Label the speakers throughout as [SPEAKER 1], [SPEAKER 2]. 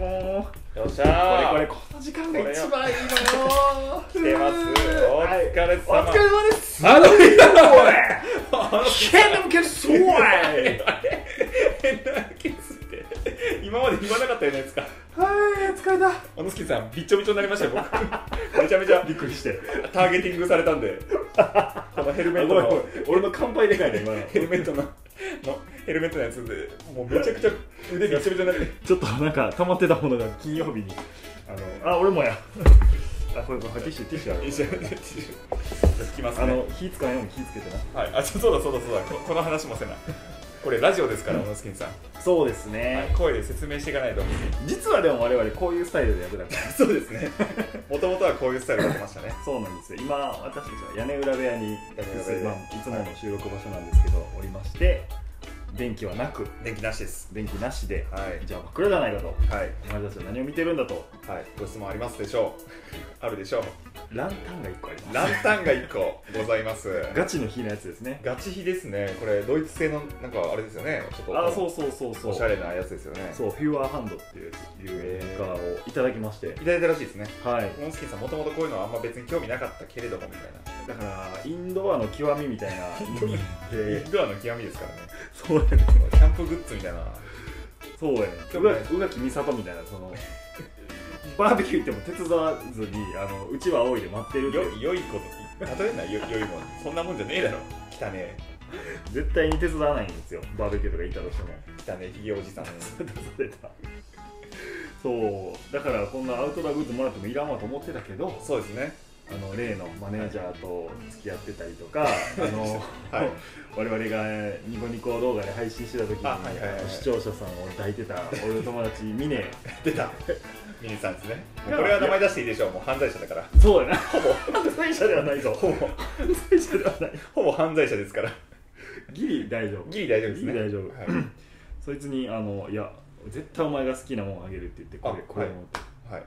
[SPEAKER 1] よっしゃー
[SPEAKER 2] これこれこの時間が一番いい
[SPEAKER 1] 来
[SPEAKER 2] の
[SPEAKER 1] て
[SPEAKER 2] よ
[SPEAKER 1] ますお
[SPEAKER 2] お
[SPEAKER 1] 疲れ
[SPEAKER 2] 疲れ
[SPEAKER 1] 様
[SPEAKER 2] 様です
[SPEAKER 1] あ の日だ
[SPEAKER 2] おい危険でも決そうはい
[SPEAKER 1] 変なキスって今まで言わなかったじゃないですか
[SPEAKER 2] はい疲れた
[SPEAKER 1] あのスキさんびっちょびちょになりま したよ僕めちゃめちゃ
[SPEAKER 2] びっくりして
[SPEAKER 1] ターゲティングされたん でこのヘル
[SPEAKER 2] ご
[SPEAKER 1] メ
[SPEAKER 2] め
[SPEAKER 1] ッ
[SPEAKER 2] ん
[SPEAKER 1] ト
[SPEAKER 2] ごめん
[SPEAKER 1] の
[SPEAKER 2] 俺の乾杯でかいね今の
[SPEAKER 1] ヘルメットののヘルメットのやつでもうめちゃくちゃ腕びっちょびちょになって
[SPEAKER 2] ちょっとなんか溜まってたものが金曜日にあのあ俺もやあこれこれティッシュティッシュある
[SPEAKER 1] 一緒にティッシュ拭きます
[SPEAKER 2] あ
[SPEAKER 1] ね
[SPEAKER 2] の火使わないように火つけてな
[SPEAKER 1] はい、あちょそうだそうだそうだここの話もせなこれラジオですから小野スキンさん、
[SPEAKER 2] そうです
[SPEAKER 1] はい、声で説明していかないと
[SPEAKER 2] 実はでも我々こういうスタイルでやってたから
[SPEAKER 1] そうですねもともとはこういうスタイルやってましたね
[SPEAKER 2] そうなんですよ今私たちは屋根裏部屋に
[SPEAKER 1] 屋根裏部屋
[SPEAKER 2] まあいつもの収録場所なんですけど、おりまして電気はなく
[SPEAKER 1] 電気なしです
[SPEAKER 2] 電気なしで、
[SPEAKER 1] はい
[SPEAKER 2] じゃあ真っ暗じゃないかと
[SPEAKER 1] はい、
[SPEAKER 2] お前たちは何を見てるんだと
[SPEAKER 1] はい、ご質問ありますでしょう あるでしょう
[SPEAKER 2] ランタンが1個あります
[SPEAKER 1] ランタンが1個ございます
[SPEAKER 2] ガチの火のやつですね
[SPEAKER 1] ガチ火ですねこれドイツ製のなんかあれですよねちょっと
[SPEAKER 2] あそうそうそうそう
[SPEAKER 1] おしゃれなやつですよね
[SPEAKER 2] そうフューアーハンドっていうメーカーをいただきまして
[SPEAKER 1] いただいたらしいですね
[SPEAKER 2] はい
[SPEAKER 1] 小野スキンさんもともとこういうのはあんま別に興味なかったけれどもみたい
[SPEAKER 2] だ
[SPEAKER 1] な
[SPEAKER 2] からインドアの極みみたい な
[SPEAKER 1] インドアのイ
[SPEAKER 2] で
[SPEAKER 1] ンドアの極みですからね
[SPEAKER 2] そうやねん
[SPEAKER 1] キャンプグッズみたいな
[SPEAKER 2] そうやねん宇垣宇垣美里みたいなその バーベキュー行っても手伝わずにあのうちは仰いで待ってるって
[SPEAKER 1] よ良いこと例えんなよ良いもんそんなもんじゃねえだろ汚ねえ
[SPEAKER 2] 絶対に手伝わないんですよバーベキューとか行ったとしても
[SPEAKER 1] 汚ねえひげおじさん
[SPEAKER 2] それだそうだからこんなアウトドアグッズもらってもいらんわと思ってたけど
[SPEAKER 1] そうですね
[SPEAKER 2] あの例のマネージャーと付き合ってたりとか、あの
[SPEAKER 1] はい
[SPEAKER 2] 我々がニコニコ動画で配信してた時に、
[SPEAKER 1] あはいはいはい
[SPEAKER 2] あの視聴者さんを抱いてた俺の友達ミネ
[SPEAKER 1] 出たミニさんですねもうこれは名前出していいでしょうもう犯罪者だから
[SPEAKER 2] そうやなほぼ犯罪者ではないぞ
[SPEAKER 1] ほぼ
[SPEAKER 2] 犯罪者ではない
[SPEAKER 1] ほぼ犯罪者ですから
[SPEAKER 2] ギリ大丈夫
[SPEAKER 1] ギリ大丈夫ですね
[SPEAKER 2] ギリ大丈夫
[SPEAKER 1] はい
[SPEAKER 2] そいつにあのいや絶対お前が好きなもんあげるって言ってこれ
[SPEAKER 1] あ
[SPEAKER 2] これ
[SPEAKER 1] は
[SPEAKER 2] も
[SPEAKER 1] い、はい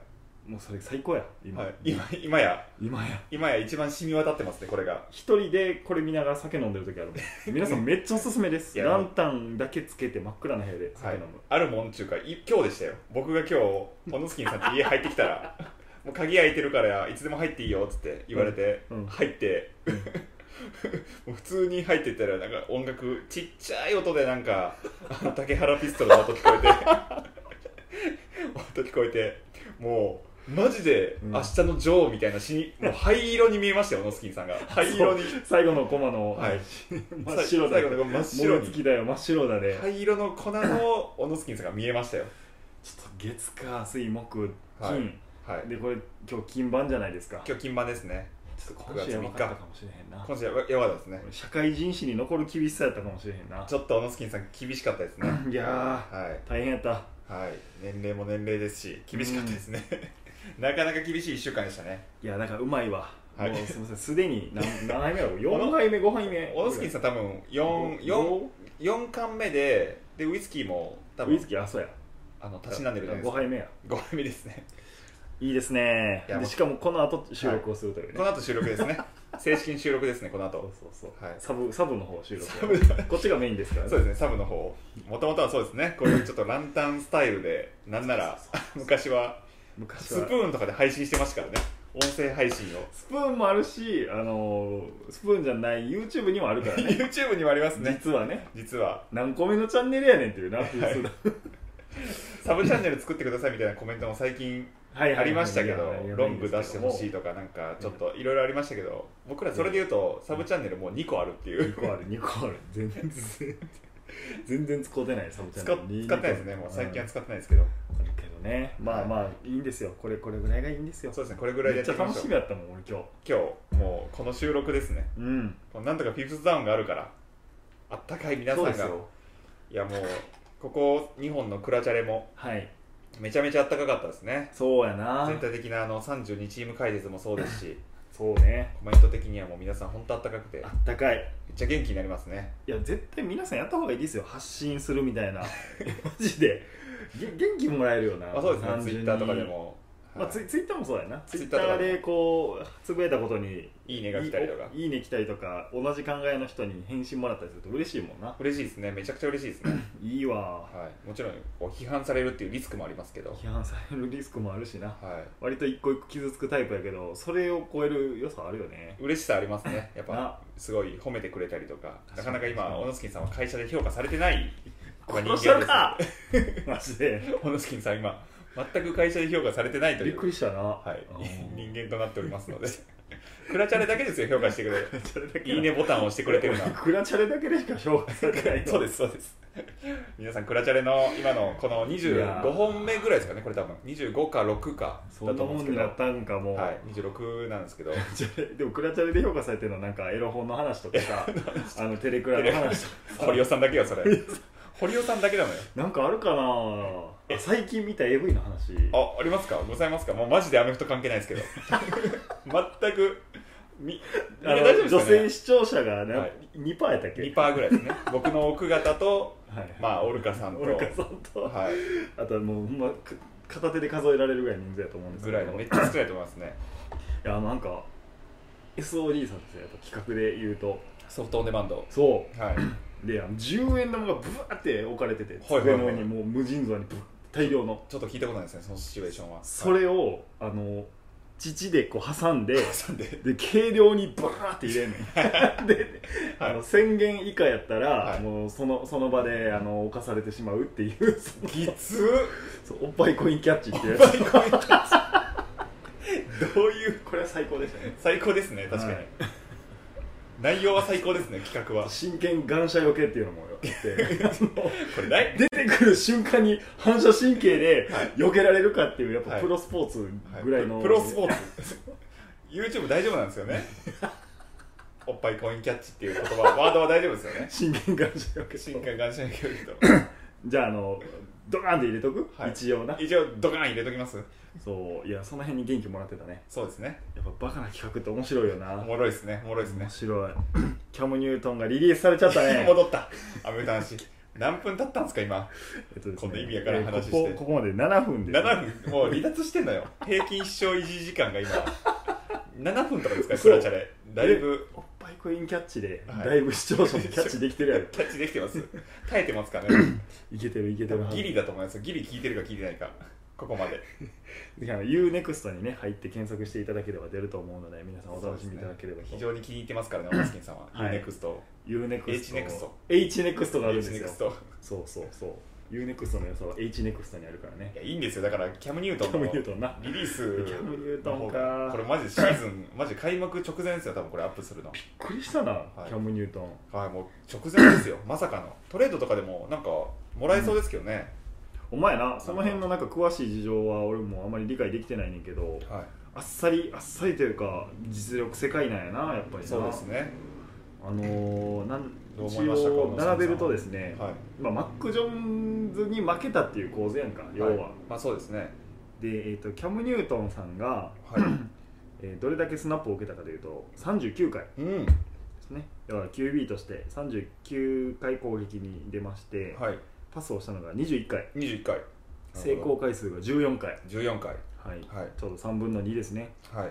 [SPEAKER 2] もうそれ最高や今、
[SPEAKER 1] はい、今今や
[SPEAKER 2] 今や
[SPEAKER 1] 今や一番染み渡ってますねこれが
[SPEAKER 2] 一人でこれ見ながら酒飲んでる 時あるもん皆さんめっちゃおすすめです
[SPEAKER 1] いや
[SPEAKER 2] ランタンだけつけて真っ暗な部屋で
[SPEAKER 1] は
[SPEAKER 2] 酒飲
[SPEAKER 1] い
[SPEAKER 2] む、
[SPEAKER 1] あるもんちゅうかい今日でしたよ僕が今日小野スキンさんって家入ってきた らもう鍵開いてるからいつでも入っていいよっつって言われて、
[SPEAKER 2] うんうん
[SPEAKER 1] 入って、 もう普通に入ってったらなんか音楽ちっちゃい音でなんかあの竹原ピストルの音聞こえて 音聞こえてもうマジで
[SPEAKER 2] うん
[SPEAKER 1] 明日の女王みたいな死に、もう灰色に見えましたよ小野スキンさんが灰色に
[SPEAKER 2] 最後のコマの、
[SPEAKER 1] はい
[SPEAKER 2] 真っ白だ
[SPEAKER 1] 最後の真っ
[SPEAKER 2] 燃
[SPEAKER 1] 白
[SPEAKER 2] え尽
[SPEAKER 1] に
[SPEAKER 2] きだよ真っ白だね、
[SPEAKER 1] 灰色の粉の小野スキンさんが見えましたよ
[SPEAKER 2] ちょっと月火水木
[SPEAKER 1] はい
[SPEAKER 2] 金、
[SPEAKER 1] はい
[SPEAKER 2] でこれ今日金番じゃないですかちょ
[SPEAKER 1] 今日金盤ですね
[SPEAKER 2] っと今週やばかったかもしれへんな
[SPEAKER 1] 今週やばやばかったですね
[SPEAKER 2] 社会人史に残る厳しさやったかもしれへんな
[SPEAKER 1] ちょっと小野スキンさん厳しかったですね
[SPEAKER 2] いやー
[SPEAKER 1] は
[SPEAKER 2] 大変やった
[SPEAKER 1] い、はい、年齢も年齢ですし厳しかったですね なかなか厳しい1週間でしたね
[SPEAKER 2] いやなんかうまいわ、
[SPEAKER 1] はい
[SPEAKER 2] もうすみませんすでに 何何杯目やろ4杯目5杯目
[SPEAKER 1] 小野スキンさん多分 4, 4, 4巻目ででウイスキーも多
[SPEAKER 2] ウイ
[SPEAKER 1] 分
[SPEAKER 2] スキーあそうや
[SPEAKER 1] あのたしなんでるじゃないで
[SPEAKER 2] 5
[SPEAKER 1] すか
[SPEAKER 2] 杯目や
[SPEAKER 1] 5杯目で すね
[SPEAKER 2] いいですね
[SPEAKER 1] いや
[SPEAKER 2] でしかもこの後収録をするというね、
[SPEAKER 1] この後収録ですね正式に収録ですねこの
[SPEAKER 2] そう
[SPEAKER 1] 後
[SPEAKER 2] そうそう、
[SPEAKER 1] はい
[SPEAKER 2] サブサブの方収録
[SPEAKER 1] サブの
[SPEAKER 2] こっちがメインですからね
[SPEAKER 1] そうですねサブの方もともとはそうですねこういうちょっとランタンスタイルでなんなら昔は
[SPEAKER 2] 昔
[SPEAKER 1] ス
[SPEAKER 2] は
[SPEAKER 1] プーンとかで配信してましたからね音声配信を
[SPEAKER 2] スプーンもあるし、あのースプーンじゃない YouTube にもあるからね
[SPEAKER 1] YouTube にもありますね
[SPEAKER 2] 実はね
[SPEAKER 1] 実は
[SPEAKER 2] 何個目のチャンネルやねんっていうな、はい、
[SPEAKER 1] サブチャンネル作ってくださいみたいなコメントも最近
[SPEAKER 2] はい
[SPEAKER 1] ありましたけどロング出してほしい
[SPEAKER 2] と
[SPEAKER 1] とかなんかちょっといろいろありましたけど僕らそれで言うとサブチャンネルもう2個あるっていう
[SPEAKER 2] 2個ある2個ある全然全然使ってないサブチ
[SPEAKER 1] 使
[SPEAKER 2] ャ
[SPEAKER 1] っ
[SPEAKER 2] ン
[SPEAKER 1] 使っ
[SPEAKER 2] ネル
[SPEAKER 1] て
[SPEAKER 2] に
[SPEAKER 1] ないですねもう最近は使ってないですけど
[SPEAKER 2] あるけどねまあまあいいんですよこれこれぐらいがいいんですよ
[SPEAKER 1] そうですねこれぐらいで
[SPEAKER 2] め
[SPEAKER 1] や
[SPEAKER 2] っち
[SPEAKER 1] って
[SPEAKER 2] ゃ
[SPEAKER 1] いきま
[SPEAKER 2] 楽
[SPEAKER 1] しょ
[SPEAKER 2] し
[SPEAKER 1] う
[SPEAKER 2] みだったもん俺今
[SPEAKER 1] 今日もうこの収録ですね
[SPEAKER 2] 日うん
[SPEAKER 1] このなんとかフィフスダウンがあるからあったかい皆さん
[SPEAKER 2] そう
[SPEAKER 1] が
[SPEAKER 2] ですよ
[SPEAKER 1] いやもうここ2本のクラチャレも
[SPEAKER 2] はい
[SPEAKER 1] めちゃめちゃあったかかったですね
[SPEAKER 2] そうやな
[SPEAKER 1] 全体的なあの32チーム解説もそうですし
[SPEAKER 2] そうね
[SPEAKER 1] コメント的にはもう皆さん本当あったかくてめ
[SPEAKER 2] あ
[SPEAKER 1] っ
[SPEAKER 2] ったかい
[SPEAKER 1] ちゃ元気になりますね
[SPEAKER 2] いや絶対皆さんやった方がいいですよ発信する みたいなマジでげ元気もらえるよな
[SPEAKER 1] まあ、そうですね
[SPEAKER 2] 単
[SPEAKER 1] ツイ
[SPEAKER 2] 純に
[SPEAKER 1] ッターとかでも、
[SPEAKER 2] まあ、ツイツイッターもそうだよなツイッタ
[SPEAKER 1] Twitter とか
[SPEAKER 2] ー
[SPEAKER 1] も
[SPEAKER 2] でこうつぶやいたことに
[SPEAKER 1] いいねが来たりとか
[SPEAKER 2] いいいね来たりとか同じ考えの人に返信もらったりすると嬉しいもんな
[SPEAKER 1] 嬉しいですねめちゃくちゃ嬉しいですね
[SPEAKER 2] いいわ
[SPEAKER 1] はいもちろんこう批判されるっていうリスクもありますけど
[SPEAKER 2] 批判されるリスクもあるしな
[SPEAKER 1] は
[SPEAKER 2] 割と一個一個傷つくタイプやけどそれを超える良さあるよね
[SPEAKER 1] い嬉しさあります ねやっ
[SPEAKER 2] な
[SPEAKER 1] ぱすごい褒めてくれたりとか
[SPEAKER 2] 確かに
[SPEAKER 1] なかなか今小野スキンさんは会社で評価されてないまあ
[SPEAKER 2] 殺したのか マジで
[SPEAKER 1] 小野スキンさん今全く会社で評価されてないとい
[SPEAKER 2] びっ
[SPEAKER 1] う
[SPEAKER 2] くりしたな、
[SPEAKER 1] はいう
[SPEAKER 2] ん
[SPEAKER 1] 人間となっておりますので クラチャレだけですよ評価してくれる
[SPEAKER 2] クラチャレだけ
[SPEAKER 1] いいねボタンを押してくれてるのは
[SPEAKER 2] クラチャレだけでしか評価されてない
[SPEAKER 1] そうですすそうです 皆さんクラチャレの今のこの
[SPEAKER 2] いや
[SPEAKER 1] 25
[SPEAKER 2] ー
[SPEAKER 1] 本目ぐらいですかねこれ多分25か6か
[SPEAKER 2] そ
[SPEAKER 1] だ
[SPEAKER 2] ん
[SPEAKER 1] と
[SPEAKER 2] な
[SPEAKER 1] 思うん
[SPEAKER 2] もん
[SPEAKER 1] ですけ
[SPEAKER 2] に
[SPEAKER 1] ど
[SPEAKER 2] なったんかもう、
[SPEAKER 1] はい26なんですけど
[SPEAKER 2] クラチャレでもクラチャレで評価されてるのはなんかエロ本の話とかさあのテレクラの話とか
[SPEAKER 1] 堀尾さんだけよ それ堀尾さんだけなのよ
[SPEAKER 2] なんかあるかなあ最近見た AV の話
[SPEAKER 1] あありますかございますかもうマジでアメフト関係ないですけど 全くみみん
[SPEAKER 2] あ
[SPEAKER 1] な
[SPEAKER 2] の
[SPEAKER 1] 大丈夫
[SPEAKER 2] 女性
[SPEAKER 1] です
[SPEAKER 2] 視聴者が、ね
[SPEAKER 1] はい
[SPEAKER 2] 2%やったっ
[SPEAKER 1] か
[SPEAKER 2] け
[SPEAKER 1] ね2%ぐらいですね僕の奥方と
[SPEAKER 2] はい
[SPEAKER 1] まあオルカさんと
[SPEAKER 2] オルカさんと、
[SPEAKER 1] はい
[SPEAKER 2] あとはもう、ほんまか片手で数えられるぐらいの人数やと思うんですけ
[SPEAKER 1] ぐ
[SPEAKER 2] ど
[SPEAKER 1] らいのめっちゃ少ないと思いますね
[SPEAKER 2] いやなんか SOD さんですよやっぱ企画で言うと
[SPEAKER 1] ソフトオンデマンド
[SPEAKER 2] そ
[SPEAKER 1] はいう
[SPEAKER 2] であの10円玉がブワーって置かれてて
[SPEAKER 1] はいはい
[SPEAKER 2] 机
[SPEAKER 1] はい
[SPEAKER 2] の上にもう無尽蔵にブワー大量の
[SPEAKER 1] ちょっと聞いたことないですねそのシチュエーションは
[SPEAKER 2] それをあの乳でこう挟んで
[SPEAKER 1] 挟んで
[SPEAKER 2] で軽量にバーって入れんねんであの宣言以下やったら、
[SPEAKER 1] はい
[SPEAKER 2] もうそのその場であの犯されてしまうっていうその
[SPEAKER 1] きつっ
[SPEAKER 2] そうおっぱいコインキャッチっていうや
[SPEAKER 1] 最
[SPEAKER 2] つ
[SPEAKER 1] 高 にどういう
[SPEAKER 2] これは最高でした ね
[SPEAKER 1] 最高ですね確かに、
[SPEAKER 2] はい
[SPEAKER 1] 内容は最高ですね企画は
[SPEAKER 2] 真剣眼射よけっていうのも よって
[SPEAKER 1] これない
[SPEAKER 2] 出てくる瞬間に反射神経で
[SPEAKER 1] はい
[SPEAKER 2] 避けられるかっていうやっぱ
[SPEAKER 1] はい
[SPEAKER 2] プロスポーツぐらいの、
[SPEAKER 1] プロスポーツ YouTube 大丈夫なんですよねおっぱいコインキャッチっていう言葉ワードは大丈夫ですよね
[SPEAKER 2] 真剣眼射よけ
[SPEAKER 1] 新刊感謝の教育と
[SPEAKER 2] じゃああのドカーンで入れとく、
[SPEAKER 1] はい
[SPEAKER 2] 一応な
[SPEAKER 1] 一応ドカン入れときます
[SPEAKER 2] そういやその辺に元気もらってたね
[SPEAKER 1] そうですね
[SPEAKER 2] やっぱバカな企画って面白いよな
[SPEAKER 1] おもろいですねおもろいですね
[SPEAKER 2] 面白い キャム・ニュートンがリリースされちゃった ね
[SPEAKER 1] 戻ったアメフトの話何分経ったんですか今
[SPEAKER 2] えっとですね
[SPEAKER 1] こんな意味やから話して
[SPEAKER 2] えーここここまで7分です
[SPEAKER 1] 7分もう離脱してんのよ平均視聴維持時間が今7分とかですかクラチャレだいぶ
[SPEAKER 2] おっぱいコインキャッチで、
[SPEAKER 1] はい
[SPEAKER 2] だいぶ視聴者もキャッチできてる やろ
[SPEAKER 1] キャッチできてます耐えてますかね
[SPEAKER 2] いけてるいけて
[SPEAKER 1] 多
[SPEAKER 2] る
[SPEAKER 1] 分ギリだと思いますギリ聞いてるか聞いてないかここまで
[SPEAKER 2] ぜひあの UNEXT にね入って検索していただければ出ると思うので皆さんお楽しみいただければと、
[SPEAKER 1] 非常に気に入ってますからねオマスキンさんは、
[SPEAKER 2] はい
[SPEAKER 1] UNEXT を
[SPEAKER 2] UNEXT HNEXT があるんですよ
[SPEAKER 1] HNEXT
[SPEAKER 2] そうそうそう UNEXT の良さは HNEXT にあるからね
[SPEAKER 1] いやいいんですよだからキャム・ニュー
[SPEAKER 2] キ
[SPEAKER 1] ト
[SPEAKER 2] ャム・
[SPEAKER 1] ン
[SPEAKER 2] ニ
[SPEAKER 1] の
[SPEAKER 2] ュートンな
[SPEAKER 1] リリース
[SPEAKER 2] キャムニュートンか
[SPEAKER 1] これマジシーズンマジ開幕直前ですよ多分これアップするの
[SPEAKER 2] びっくりしたな、
[SPEAKER 1] い
[SPEAKER 2] キャム・ニュートン
[SPEAKER 1] はいもう直前 ですよまさかのトレードとかでもなんかもらえそうですけどね、
[SPEAKER 2] お前なその辺のなんか詳しい事情は俺もあんまり理解できてないねんけど
[SPEAKER 1] はい
[SPEAKER 2] あっさりあっさりというか実力世界なんやなやっぱりな
[SPEAKER 1] そうですね
[SPEAKER 2] あのー、なん
[SPEAKER 1] どう思い
[SPEAKER 2] 一
[SPEAKER 1] ましたか
[SPEAKER 2] 応並べるとです
[SPEAKER 1] は
[SPEAKER 2] ね
[SPEAKER 1] い、、
[SPEAKER 2] まあ、マック・ジョーンズに負けたっていう構図やんか要は、
[SPEAKER 1] いまあそうですね
[SPEAKER 2] で、えー、とキャム・ニュートンさんが、
[SPEAKER 1] はい
[SPEAKER 2] えーどれだけスナップを受けたかというと39回
[SPEAKER 1] うん
[SPEAKER 2] ですねだから QB として39回攻撃に出まして、
[SPEAKER 1] はい
[SPEAKER 2] パスをしたのが21回
[SPEAKER 1] 21回
[SPEAKER 2] 成功回数が14回、
[SPEAKER 1] 14回
[SPEAKER 2] はい、
[SPEAKER 1] はい
[SPEAKER 2] ちょうど3分の2ですね
[SPEAKER 1] はい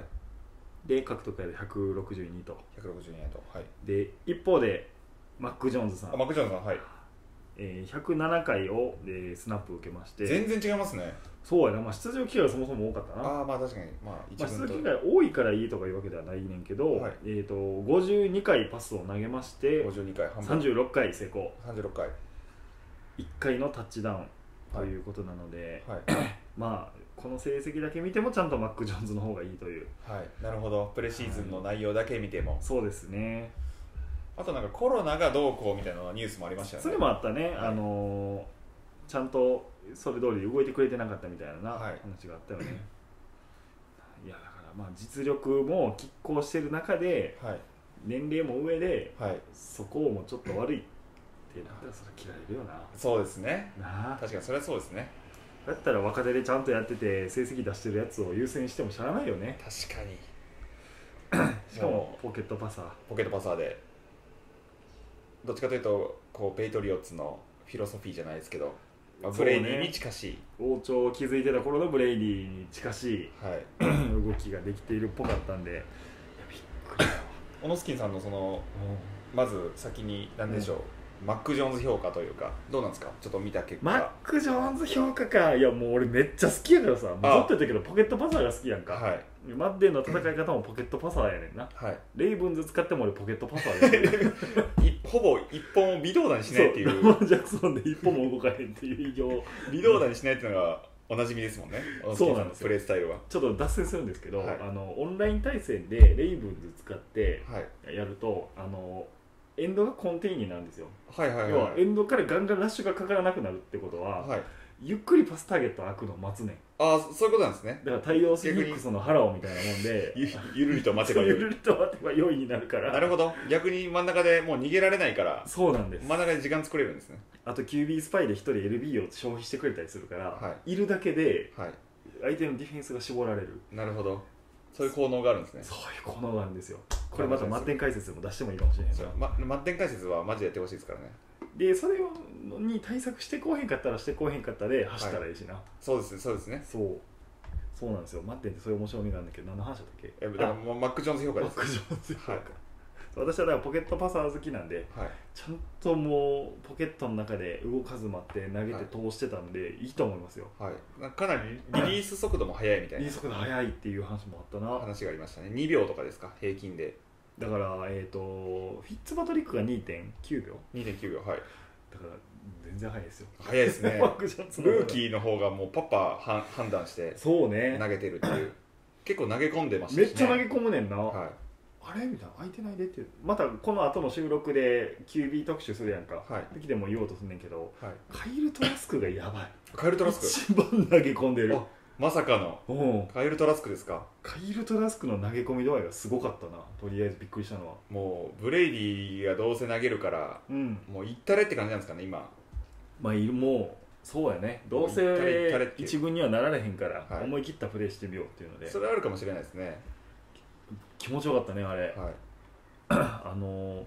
[SPEAKER 2] で獲得回で162と
[SPEAKER 1] 162円とはい
[SPEAKER 2] で一方でマック・ジョーンズさん
[SPEAKER 1] あマクジョンさんはい
[SPEAKER 2] えー、107回を、えースナップ受けまして
[SPEAKER 1] 全然違いますね
[SPEAKER 2] そうやな、まあ、出場機会がそもそも多かったな
[SPEAKER 1] ああまあ確かにまあ一
[SPEAKER 2] まあ、出場
[SPEAKER 1] 軍
[SPEAKER 2] 機
[SPEAKER 1] と、
[SPEAKER 2] 会多いからいいとかいうわけではないねんけど、
[SPEAKER 1] はい
[SPEAKER 2] えー、と52回パスを投げまして
[SPEAKER 1] 52回半分
[SPEAKER 2] 36回成功
[SPEAKER 1] 36回
[SPEAKER 2] 1回のタッチダウンと
[SPEAKER 1] はい
[SPEAKER 2] いうことなので、
[SPEAKER 1] はい
[SPEAKER 2] まあこの成績だけ見てもちゃんとマック・ジョーンズの方がいいという
[SPEAKER 1] はい、なるほどプレシーズンの内容だけ見ても、
[SPEAKER 2] そうですね
[SPEAKER 1] あとなんかコロナがどうこうみたいなニュースもありましたよね
[SPEAKER 2] それもあったね、あのーちゃんとそれ通り動いてくれてなかったみたいな
[SPEAKER 1] は
[SPEAKER 2] 話
[SPEAKER 1] い
[SPEAKER 2] があったよね、い、やだからまあ実力も拮抗してる中で
[SPEAKER 1] はい
[SPEAKER 2] 年齢も上で
[SPEAKER 1] はい
[SPEAKER 2] そこをもうちょっと悪いってなったらそれ嫌いるよな
[SPEAKER 1] そうですね
[SPEAKER 2] なあ
[SPEAKER 1] 確かにそれはそうですね
[SPEAKER 2] だったら若手でちゃんとやってて成績出してるやつを優先してもしゃあないよね
[SPEAKER 1] 確かに
[SPEAKER 2] しかもポケットパサー
[SPEAKER 1] ポケットパサーでどっちかというとこうペイトリオッツのフィロソフィーじゃないですけどあ
[SPEAKER 2] そう
[SPEAKER 1] ブ
[SPEAKER 2] ね
[SPEAKER 1] レイニーに近しい、
[SPEAKER 2] 王朝を築いてた頃のブレイディに近しい
[SPEAKER 1] はい、
[SPEAKER 2] 動きができているっぽかったんでいやびっくりだわ
[SPEAKER 1] オノスキンさんのそのまず先に何でしょう、マック・ジョーンズ評価というかどうなんですかちょっと見た結果
[SPEAKER 2] マック・ジョーンズ評価かいやもう俺めっちゃ好きやからさもうずっと言ったけどポケットパサーが好きやんか、
[SPEAKER 1] はい
[SPEAKER 2] マッデンの戦い方もポケットパサーやねんな
[SPEAKER 1] はい
[SPEAKER 2] レイブンズ使っても俺ポケットパサーやねん
[SPEAKER 1] いほぼ一本も微動だにしないってい
[SPEAKER 2] そうラ
[SPEAKER 1] う
[SPEAKER 2] モンジャクソンで一歩も動かへんっていう偉業を
[SPEAKER 1] 微動だにしないっていうのがおなじみですもんねオノスキンさのプレースタイルは
[SPEAKER 2] ちょっと脱線するんですけど、
[SPEAKER 1] はい
[SPEAKER 2] あのオンライン対戦でレイブンズ使って
[SPEAKER 1] はい
[SPEAKER 2] やるとあのエンドがコンティニューなんですよ、
[SPEAKER 1] はいはい
[SPEAKER 2] 要は
[SPEAKER 1] は
[SPEAKER 2] エ
[SPEAKER 1] い
[SPEAKER 2] ンドからガンガンラッシュがかからなくなるってことは、
[SPEAKER 1] はい
[SPEAKER 2] ゆっくりパスターゲット開くのを待つねん
[SPEAKER 1] ああそういうことなんですね
[SPEAKER 2] だから対応するニックスの腹をみたいなもんで
[SPEAKER 1] ゆゆるりと待てば
[SPEAKER 2] そう
[SPEAKER 1] よ
[SPEAKER 2] ゆ
[SPEAKER 1] い
[SPEAKER 2] るりと待てば良いになるから
[SPEAKER 1] なるほど逆に真ん中でもう逃げられないから
[SPEAKER 2] そうなんです、
[SPEAKER 1] 真ん中で時間作れるんですね
[SPEAKER 2] あと QB スパイで1人 LB を消費してくれたりするから、、
[SPEAKER 1] はい
[SPEAKER 2] るだけで
[SPEAKER 1] はい
[SPEAKER 2] 相手のディフェンスが絞られる
[SPEAKER 1] なるほどそういう効能があるんですね
[SPEAKER 2] そういうこ能があるんですよこれまた満点解説でも出してもいいかもしれないです
[SPEAKER 1] そうま、満点解説はマジでやってほしいですからね
[SPEAKER 2] でそれに対策してこうへんかったらしてこうへんかったで走ったらいいしな、
[SPEAKER 1] そうですねそうですね
[SPEAKER 2] そうそうなんですよ満点ってそういう面白みがあるんだけど何の話だったっけ
[SPEAKER 1] えだからもうマック・ジョーンズ評価
[SPEAKER 2] バ
[SPEAKER 1] で
[SPEAKER 2] ッ
[SPEAKER 1] す
[SPEAKER 2] クジョーンズ評価
[SPEAKER 1] はい
[SPEAKER 2] 私はだからポケットパサー好きなんで
[SPEAKER 1] はい
[SPEAKER 2] ちゃんともうポケットの中で動かず待って投げて通してたんで、い、いと思いますよ
[SPEAKER 1] はい、なかなりリリース速度も速いみたい
[SPEAKER 2] リ
[SPEAKER 1] な
[SPEAKER 2] ー速度速いっていう話もあったな
[SPEAKER 1] 話がありましたね2秒とかですか平均で
[SPEAKER 2] だからえっ、とフィッツパトリックが2.9秒
[SPEAKER 1] 2.9秒はい
[SPEAKER 2] だから全然速いですよ
[SPEAKER 1] 速いで すね
[SPEAKER 2] マックジョーンズの方が
[SPEAKER 1] ルーキーの方がもうパッパ判判断して
[SPEAKER 2] そうね
[SPEAKER 1] 投げてるっていう結構投げ込んでましたし、
[SPEAKER 2] め
[SPEAKER 1] ね、
[SPEAKER 2] っちゃ投げ込むねんな、
[SPEAKER 1] は
[SPEAKER 2] あれみたいな空いてないでってまたこの後の収録で QB 特集するやんか、
[SPEAKER 1] はい
[SPEAKER 2] 時でも言おうとすんねんけど
[SPEAKER 1] い、はい、
[SPEAKER 2] カイル・トラスクがやばい
[SPEAKER 1] カイル・トラスク
[SPEAKER 2] 一番投げ込んでる
[SPEAKER 1] あまさかの
[SPEAKER 2] うん
[SPEAKER 1] カイル・トラスクですか
[SPEAKER 2] カイル・トラスクの投げ込み度合いがすごかったなとりあえずびっくりしたのは
[SPEAKER 1] もうブレイディがどうせ投げるから
[SPEAKER 2] うん
[SPEAKER 1] もういったれって感じなんですかね今
[SPEAKER 2] まあいるもうそうやねどうせ
[SPEAKER 1] もう行ったれ行ったれっていう
[SPEAKER 2] 一軍にはなられへんから、
[SPEAKER 1] はい
[SPEAKER 2] 思い切ったプレーしてみようっていうので
[SPEAKER 1] それはあるかもしれないですね
[SPEAKER 2] 気持ちよかったねあれ、
[SPEAKER 1] はい
[SPEAKER 2] あのー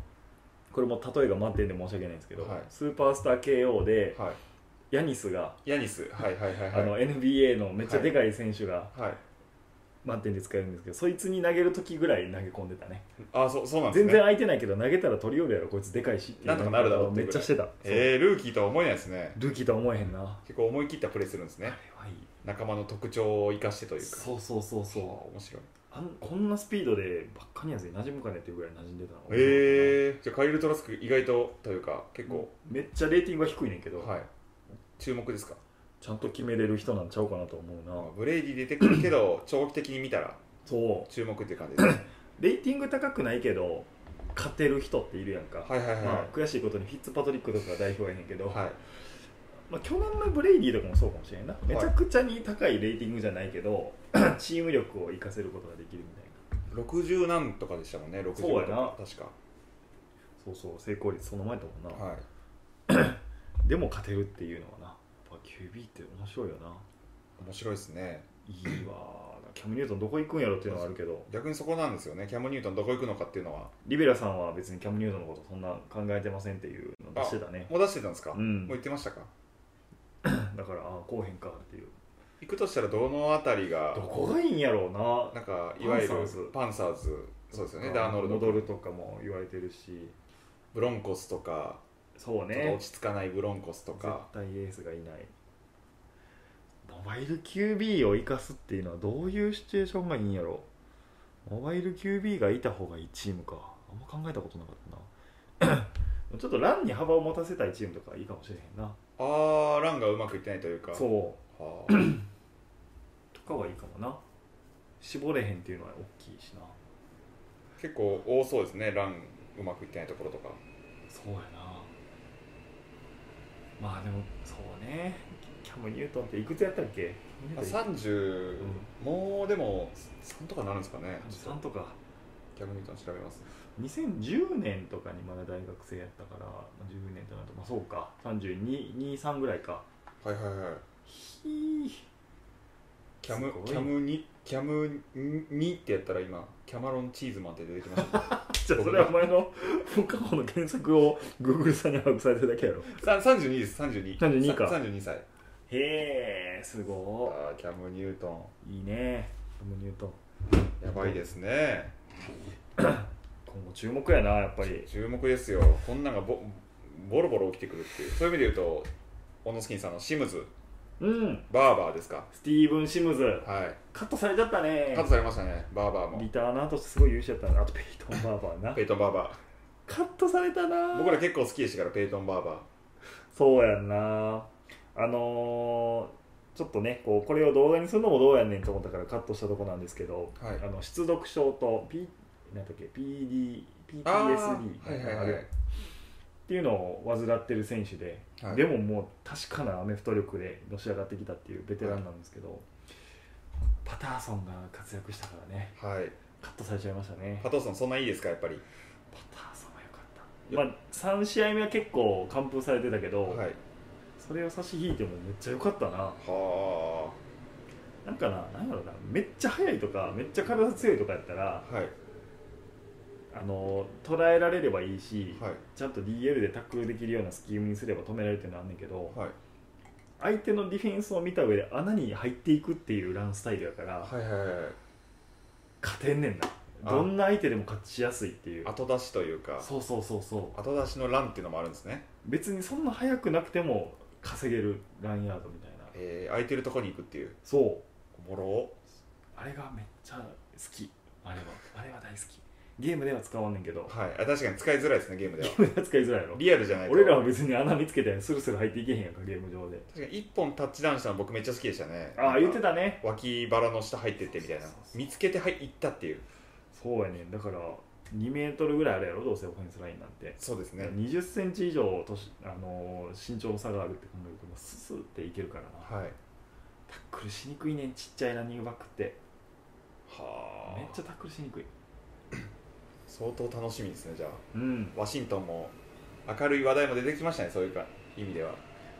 [SPEAKER 2] これも例えが満点で申し訳ないんですけど、
[SPEAKER 1] はい
[SPEAKER 2] スーパースター KO で
[SPEAKER 1] はい
[SPEAKER 2] ヤニスが、
[SPEAKER 1] ヤニスはいはいはい
[SPEAKER 2] あ
[SPEAKER 1] はい
[SPEAKER 2] の NBA のめっちゃでかい選手が
[SPEAKER 1] はい
[SPEAKER 2] 満点で使えるんですけどそいつに投げる時ぐらい投げ込んでたね
[SPEAKER 1] あそうそうなんです
[SPEAKER 2] 全
[SPEAKER 1] ね
[SPEAKER 2] 然空いてないけど投げたら取り寄るやろこいつでかいしっていう
[SPEAKER 1] なんとかなるだろうってい
[SPEAKER 2] め
[SPEAKER 1] う
[SPEAKER 2] っ
[SPEAKER 1] ぐ
[SPEAKER 2] ち
[SPEAKER 1] らい
[SPEAKER 2] ゃしてた、
[SPEAKER 1] えー、ルーキーとは思えないですね
[SPEAKER 2] そうルーキーとは思えへんな、
[SPEAKER 1] 結構思い切ったプレーするんです
[SPEAKER 2] あれ
[SPEAKER 1] ね
[SPEAKER 2] はいい
[SPEAKER 1] 仲間の特徴を生かしてというか
[SPEAKER 2] そうそうそう
[SPEAKER 1] そ
[SPEAKER 2] そ
[SPEAKER 1] う
[SPEAKER 2] う
[SPEAKER 1] 面白い
[SPEAKER 2] あんこんなスピードでばっかにやつに馴染むかねっていうぐらい馴染んでたの
[SPEAKER 1] えー、じゃあカイル・トラスク意外とというか結構、
[SPEAKER 2] めっちゃレーティングは低いねんけど、
[SPEAKER 1] はい注目ですか
[SPEAKER 2] ちゃんと決めれる人なんちゃうかなと思うな、
[SPEAKER 1] ブレイディ出てくるけど長期的に見たら
[SPEAKER 2] そ
[SPEAKER 1] 注目っていう感じで すね
[SPEAKER 2] うレーティング高くないけど勝てる人っているやんか、
[SPEAKER 1] はいはいはいはい、
[SPEAKER 2] まあ、悔しいことにフィッツパトリックとかが代表やねんけど、
[SPEAKER 1] はい
[SPEAKER 2] まあ、去年のブレイディとかもそうかもしれんな、
[SPEAKER 1] い
[SPEAKER 2] めちゃくちゃに高いレーティングじゃないけ どチーム力を生かせることができるみたいな
[SPEAKER 1] 60何とかでしたもんね60
[SPEAKER 2] そうやな
[SPEAKER 1] とか確
[SPEAKER 2] そうそう成功率その前だもんな、
[SPEAKER 1] かはい
[SPEAKER 2] でも勝てるっていうのはなやっぱ QB って面白いよな
[SPEAKER 1] 面白いですね
[SPEAKER 2] いいわキャム・ニュートンどこ行くんやろっていうのはあるけど
[SPEAKER 1] 逆にそこなんですよねキャム・ニュートンどこ行くのかっていうのは
[SPEAKER 2] リベラさんは別にキャム・ニュートンのことそんな考えてませんっていうの出してたね
[SPEAKER 1] もう出してたんですか、
[SPEAKER 2] うん
[SPEAKER 1] もう言ってましたか
[SPEAKER 2] だからああこうへんかっていう
[SPEAKER 1] 行くとしたらどのあたりが
[SPEAKER 2] どこがいいんやろうな
[SPEAKER 1] なんかいわゆ
[SPEAKER 2] パン
[SPEAKER 1] る
[SPEAKER 2] サーズ
[SPEAKER 1] パンサーズそうですよねダーノルド
[SPEAKER 2] 戻るとかも言われてるし
[SPEAKER 1] ブロンコスとか、
[SPEAKER 2] そう
[SPEAKER 1] ちょっと
[SPEAKER 2] ね
[SPEAKER 1] 落ち着かないブロンコスと
[SPEAKER 2] 絶
[SPEAKER 1] か
[SPEAKER 2] 対エースがいないモバイル QB を生かすっていうのはどういうシチュエーションがいいんやろモバイル QB がいた方がいいチームかあんま考えたことなかったな ちょっとランに幅を持たせたいチームとかいいかもしれへんな
[SPEAKER 1] あーランがうまくいってないというか
[SPEAKER 2] そう
[SPEAKER 1] はあ
[SPEAKER 2] とかはいいかもな絞れへんっていうのは大きいしな
[SPEAKER 1] 結構多そうですねランうまくいってないところとか
[SPEAKER 2] そうやなまあでもそうねキャム・ニュートンっていくつやったっけ
[SPEAKER 1] あ30、もうでも3とかなるんですかね
[SPEAKER 2] 3とか
[SPEAKER 1] キャム・ニュートン調べます
[SPEAKER 2] 2010年とかにまだ大学生やったからまあ10年となるとまあそうか3223ぐらいか
[SPEAKER 1] はいはいはい
[SPEAKER 2] ひー
[SPEAKER 1] キャム
[SPEAKER 2] すごい
[SPEAKER 1] キャムにキャムにってやったら今キャマロン・チーズマンって出てきました ね
[SPEAKER 2] じゃあそれはお前の過去の検索を Google さんに把握されてるだけやろ
[SPEAKER 1] さ32です32
[SPEAKER 2] 32か
[SPEAKER 1] さ32歳
[SPEAKER 2] へえす
[SPEAKER 1] あ
[SPEAKER 2] ご
[SPEAKER 1] ーキャム・ニュート
[SPEAKER 2] いいいねトム・ニュートン
[SPEAKER 1] ンやばいですね
[SPEAKER 2] 今後注目やなやっぱり
[SPEAKER 1] 注目ですよこんなんがボボロボロ起きてくるっていうそういう意味で言うとオノスキンさんのシムズ
[SPEAKER 2] うん
[SPEAKER 1] バーバーですか
[SPEAKER 2] スティーブン・シムズ
[SPEAKER 1] はい
[SPEAKER 2] カットされちゃったね
[SPEAKER 1] カットされましたねバーバー
[SPEAKER 2] リ
[SPEAKER 1] も
[SPEAKER 2] ターナーとしてすごい優秀だったなあとペイトン・バーバーな
[SPEAKER 1] ペイトン・バーバ
[SPEAKER 2] カットされたな
[SPEAKER 1] ー僕ら結構好きでしたからペイトン・バーバー
[SPEAKER 2] そうやんなあのーちょっとねこうこれを動画にするのもどうやんねんと思ったからカットしたとこなんですけど、
[SPEAKER 1] はい
[SPEAKER 2] あの失読症と、P、なんだっけ PD
[SPEAKER 1] あ
[SPEAKER 2] PTSD
[SPEAKER 1] ーはいはい
[SPEAKER 2] あ
[SPEAKER 1] はい
[SPEAKER 2] るっていうのを患ってる選手で、
[SPEAKER 1] はい
[SPEAKER 2] でももう確かなアメフト力でのし上がってきたっていうベテランなんですけど、パターソンが活躍したからね
[SPEAKER 1] はい
[SPEAKER 2] カットされちゃいましたね
[SPEAKER 1] パトソンそんないいですかやっぱり
[SPEAKER 2] パターソンは良かった、まあ、3試合目は結構完封されてたけど、
[SPEAKER 1] はい
[SPEAKER 2] それを差し引いてもめっちゃ良かったな
[SPEAKER 1] は
[SPEAKER 2] なんかななんやろうなめっちゃ速いとかめっちゃ体強いとかやったら
[SPEAKER 1] あはい
[SPEAKER 2] あの捉えられればいいし、
[SPEAKER 1] はい
[SPEAKER 2] ちゃんと DL でタックルできるようなスキームにすれば止められるっていうのはあんねんけど
[SPEAKER 1] はい
[SPEAKER 2] 相手のディフェンスを見た上で穴に入っていくっていうランスタイルやから、
[SPEAKER 1] はいはいはいはい
[SPEAKER 2] 勝てんねんな
[SPEAKER 1] あ
[SPEAKER 2] どんな相手でも勝ちやすいっていう
[SPEAKER 1] 後出しというか
[SPEAKER 2] そうそうそうそう
[SPEAKER 1] 後出しのランっていうのもあるんですね、
[SPEAKER 2] 別にそんな速くなくても稼げるランヤードみたいな
[SPEAKER 1] えー、空いてるとこに行くっていう
[SPEAKER 2] そう
[SPEAKER 1] おもろ
[SPEAKER 2] あれがめっちゃ好きあれはあれは大好きゲームでは使わんねんけど
[SPEAKER 1] はいあ確かに使いづらいですねゲームで
[SPEAKER 2] ゲ
[SPEAKER 1] は
[SPEAKER 2] ームでは使いづらいやろ
[SPEAKER 1] リアルじゃないと
[SPEAKER 2] 俺らは別に穴見つけてスルスル入っていけへんやんかゲーム上で
[SPEAKER 1] 確かに1本タッチダウンしたの僕めっちゃ好きでしたね
[SPEAKER 2] ああ言って
[SPEAKER 1] た
[SPEAKER 2] たね
[SPEAKER 1] 脇腹の下入ってってみたいな
[SPEAKER 2] そうそうそう
[SPEAKER 1] 見つけてはい行ったっていう
[SPEAKER 2] そうやねんだから2メートルぐらいあるやろどうせオフェンスラインなんて、
[SPEAKER 1] そうですね
[SPEAKER 2] 2 0センチ以上とし、あのー身長の差があるって考えるともうススっていけるからなタッ
[SPEAKER 1] はい
[SPEAKER 2] クルしにくいねんちっちゃいランニングバックって
[SPEAKER 1] はあ
[SPEAKER 2] めっちゃタックルしにくい
[SPEAKER 1] 相当楽しみですねじゃあ
[SPEAKER 2] うん
[SPEAKER 1] ワシントンも明るい話題も出てきましたねそういうか意味では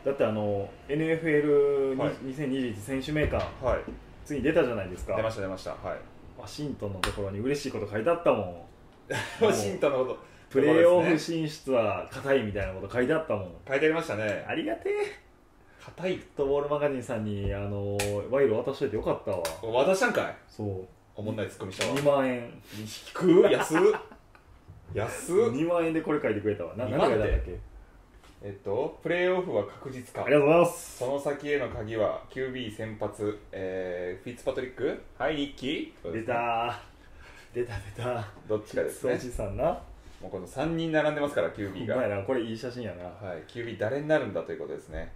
[SPEAKER 2] だってあの NFL2021、
[SPEAKER 1] はい
[SPEAKER 2] 2021選手メーカー
[SPEAKER 1] はい
[SPEAKER 2] ついに出たじゃないですか
[SPEAKER 1] 出ました出ましたはい
[SPEAKER 2] ワシントンのところに嬉しいこと書いてあったもん
[SPEAKER 1] ワシントンのこと
[SPEAKER 2] プレーオフ進出は硬いみたいなこと書いてあったもん
[SPEAKER 1] 書いてありましたね
[SPEAKER 2] ありがてえ
[SPEAKER 1] 硬い
[SPEAKER 2] フットボールマガジンさんにあの賄賂渡しといてよかったわ
[SPEAKER 1] 渡したんかい
[SPEAKER 2] そう
[SPEAKER 1] おもんないツッコミしたわ
[SPEAKER 2] 2万円
[SPEAKER 1] 低っ安っ安っ
[SPEAKER 2] 2万円でこれ書いてくれたわな
[SPEAKER 1] 2
[SPEAKER 2] 何
[SPEAKER 1] 万
[SPEAKER 2] が
[SPEAKER 1] で
[SPEAKER 2] だっけ
[SPEAKER 1] えっとプレーオフは確実
[SPEAKER 2] あ
[SPEAKER 1] か
[SPEAKER 2] りがとうございます
[SPEAKER 1] その先への鍵は QB 先発、えー、フィッツパトリックはいニッキー
[SPEAKER 2] 出たー出た出た
[SPEAKER 1] どっちかです
[SPEAKER 2] そう
[SPEAKER 1] ね
[SPEAKER 2] じさんな
[SPEAKER 1] もうこの3人並んでますから
[SPEAKER 2] う
[SPEAKER 1] QB が、
[SPEAKER 2] ま
[SPEAKER 1] はい、
[SPEAKER 2] なこれいい写真やない
[SPEAKER 1] QB 誰になるんだということですね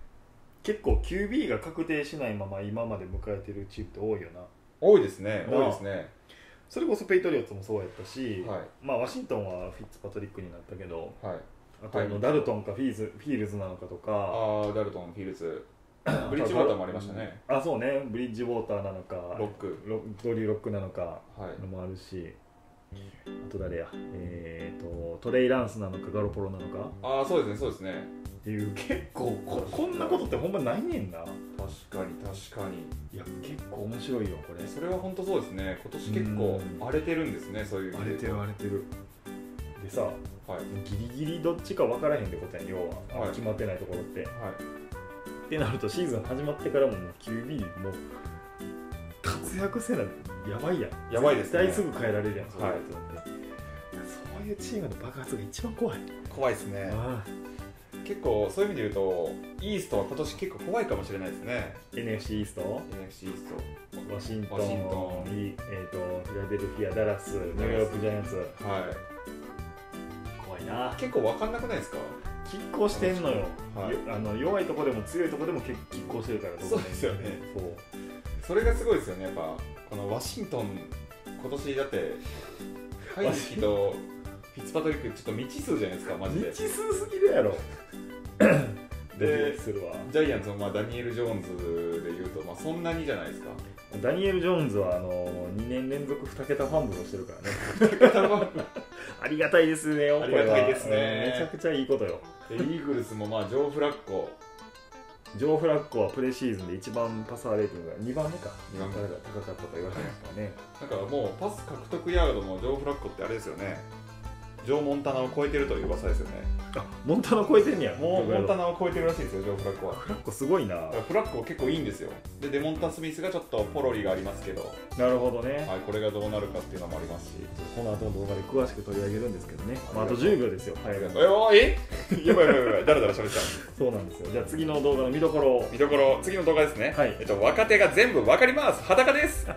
[SPEAKER 2] 結構 QB が確定しないまま今まで迎えてるチームって多いよな
[SPEAKER 1] 多いですね
[SPEAKER 2] なあ
[SPEAKER 1] 多いですね
[SPEAKER 2] それこそペイトリオッツもそうやったし、
[SPEAKER 1] は
[SPEAKER 2] まあワシントンはフィッツパトリックになったけど
[SPEAKER 1] いはい
[SPEAKER 2] あとあ
[SPEAKER 1] は
[SPEAKER 2] の
[SPEAKER 1] い
[SPEAKER 2] ダルトンかフィーズフィールズなのかとか
[SPEAKER 1] ああダルトンフィールズブリッジウォーターもありましたね
[SPEAKER 2] あそうねブリッジウォーターなのか
[SPEAKER 1] ロック
[SPEAKER 2] ロドリュー・ロックなのか
[SPEAKER 1] はい
[SPEAKER 2] のもあるしあと誰やえー、とトレイ・ランスなのかガロポロなのか
[SPEAKER 1] ああそうですねそうですね
[SPEAKER 2] っていう結構ここんなことってほんまないねんな
[SPEAKER 1] 確かに確かに
[SPEAKER 2] いや結構面白いよこれ
[SPEAKER 1] それは本当そうですね今年結構
[SPEAKER 2] うん
[SPEAKER 1] 荒れてるんですねそういう意
[SPEAKER 2] 荒
[SPEAKER 1] 味
[SPEAKER 2] れ
[SPEAKER 1] で
[SPEAKER 2] てる荒れてるでさ
[SPEAKER 1] はい
[SPEAKER 2] ギリギリどっちか分からへんってことやん要は、
[SPEAKER 1] はい
[SPEAKER 2] 決まってないところってっ
[SPEAKER 1] はい
[SPEAKER 2] てなるとシーズン始まってからももう QB もう活躍せなやばいやん
[SPEAKER 1] やばいですね
[SPEAKER 2] 絶対すぐ変えられるやん
[SPEAKER 1] はい
[SPEAKER 2] そういうやつなんてそういうチームの爆発が一番怖い、
[SPEAKER 1] 怖いですね
[SPEAKER 2] ああ
[SPEAKER 1] 結構そういう意味で言うとイーストは今年結構怖いかもしれないですね
[SPEAKER 2] NFC イースト
[SPEAKER 1] NFC イースト
[SPEAKER 2] ワシントン
[SPEAKER 1] ワシントン
[SPEAKER 2] いえー、とフィラデルフィアダラスニューヨークジャイアンツ
[SPEAKER 1] は
[SPEAKER 2] 怖いない
[SPEAKER 1] 結構分かんなくないですか
[SPEAKER 2] 拮抗してんのよ、
[SPEAKER 1] はい
[SPEAKER 2] よあの弱いとこでも強いとこでも結構拮抗してるからどこ
[SPEAKER 1] そうですよね
[SPEAKER 2] そう
[SPEAKER 1] それがすごいですよねやっぱこのワシントン今年だってハイニッキとフィッツパトリックちょっと未知数じゃないですかマジで
[SPEAKER 2] 未知数すぎるや ろ
[SPEAKER 1] で
[SPEAKER 2] ドキドキするわ
[SPEAKER 1] ジャイアンツもまあダニエル・ジョーンズでいうと、まあ、そんなにじゃないですか
[SPEAKER 2] ダニエル・ジョーンズはあの2年連続2桁ファンブルをしてるからね ありがたいですねよ
[SPEAKER 1] ありがたいです ね
[SPEAKER 2] これはうんめちゃくちゃいいことよ
[SPEAKER 1] でイーグルスもまあジョー・フラッコ
[SPEAKER 2] ジョー・フラッコはプレシーズンで一番パサーレーティングが2番目か
[SPEAKER 1] 二番目
[SPEAKER 2] だから高かったと言われてますからね
[SPEAKER 1] だからもうパス獲得ヤードのジョー・フラッコってあれですよねジョー・モンタナを超えてるという噂ですよね
[SPEAKER 2] あモンタナ超えてんねや
[SPEAKER 1] もうモンタ
[SPEAKER 2] ナ
[SPEAKER 1] ナを超えてるらしいですよジョー・フラッコは
[SPEAKER 2] フラッコすごいな
[SPEAKER 1] だからフラッコ結構いいんですよでデモンタ・スミスがちょっとポロリがありますけど、は
[SPEAKER 2] なるほどね
[SPEAKER 1] い、これがどうなるかっていうのもありますし
[SPEAKER 2] この後の動画で詳しく取り上げるんですけどね、まあ、
[SPEAKER 1] あ
[SPEAKER 2] あ
[SPEAKER 1] り
[SPEAKER 2] と
[SPEAKER 1] がとう
[SPEAKER 2] 10秒ですよ、はい、
[SPEAKER 1] えおーえ やばいやばいやばいだらだら喋っちゃう
[SPEAKER 2] そうなんですよじゃあ次の動画の見どころを
[SPEAKER 1] 見どころ次の動画ですね、
[SPEAKER 2] はい
[SPEAKER 1] えっと、若手が全部わかります裸です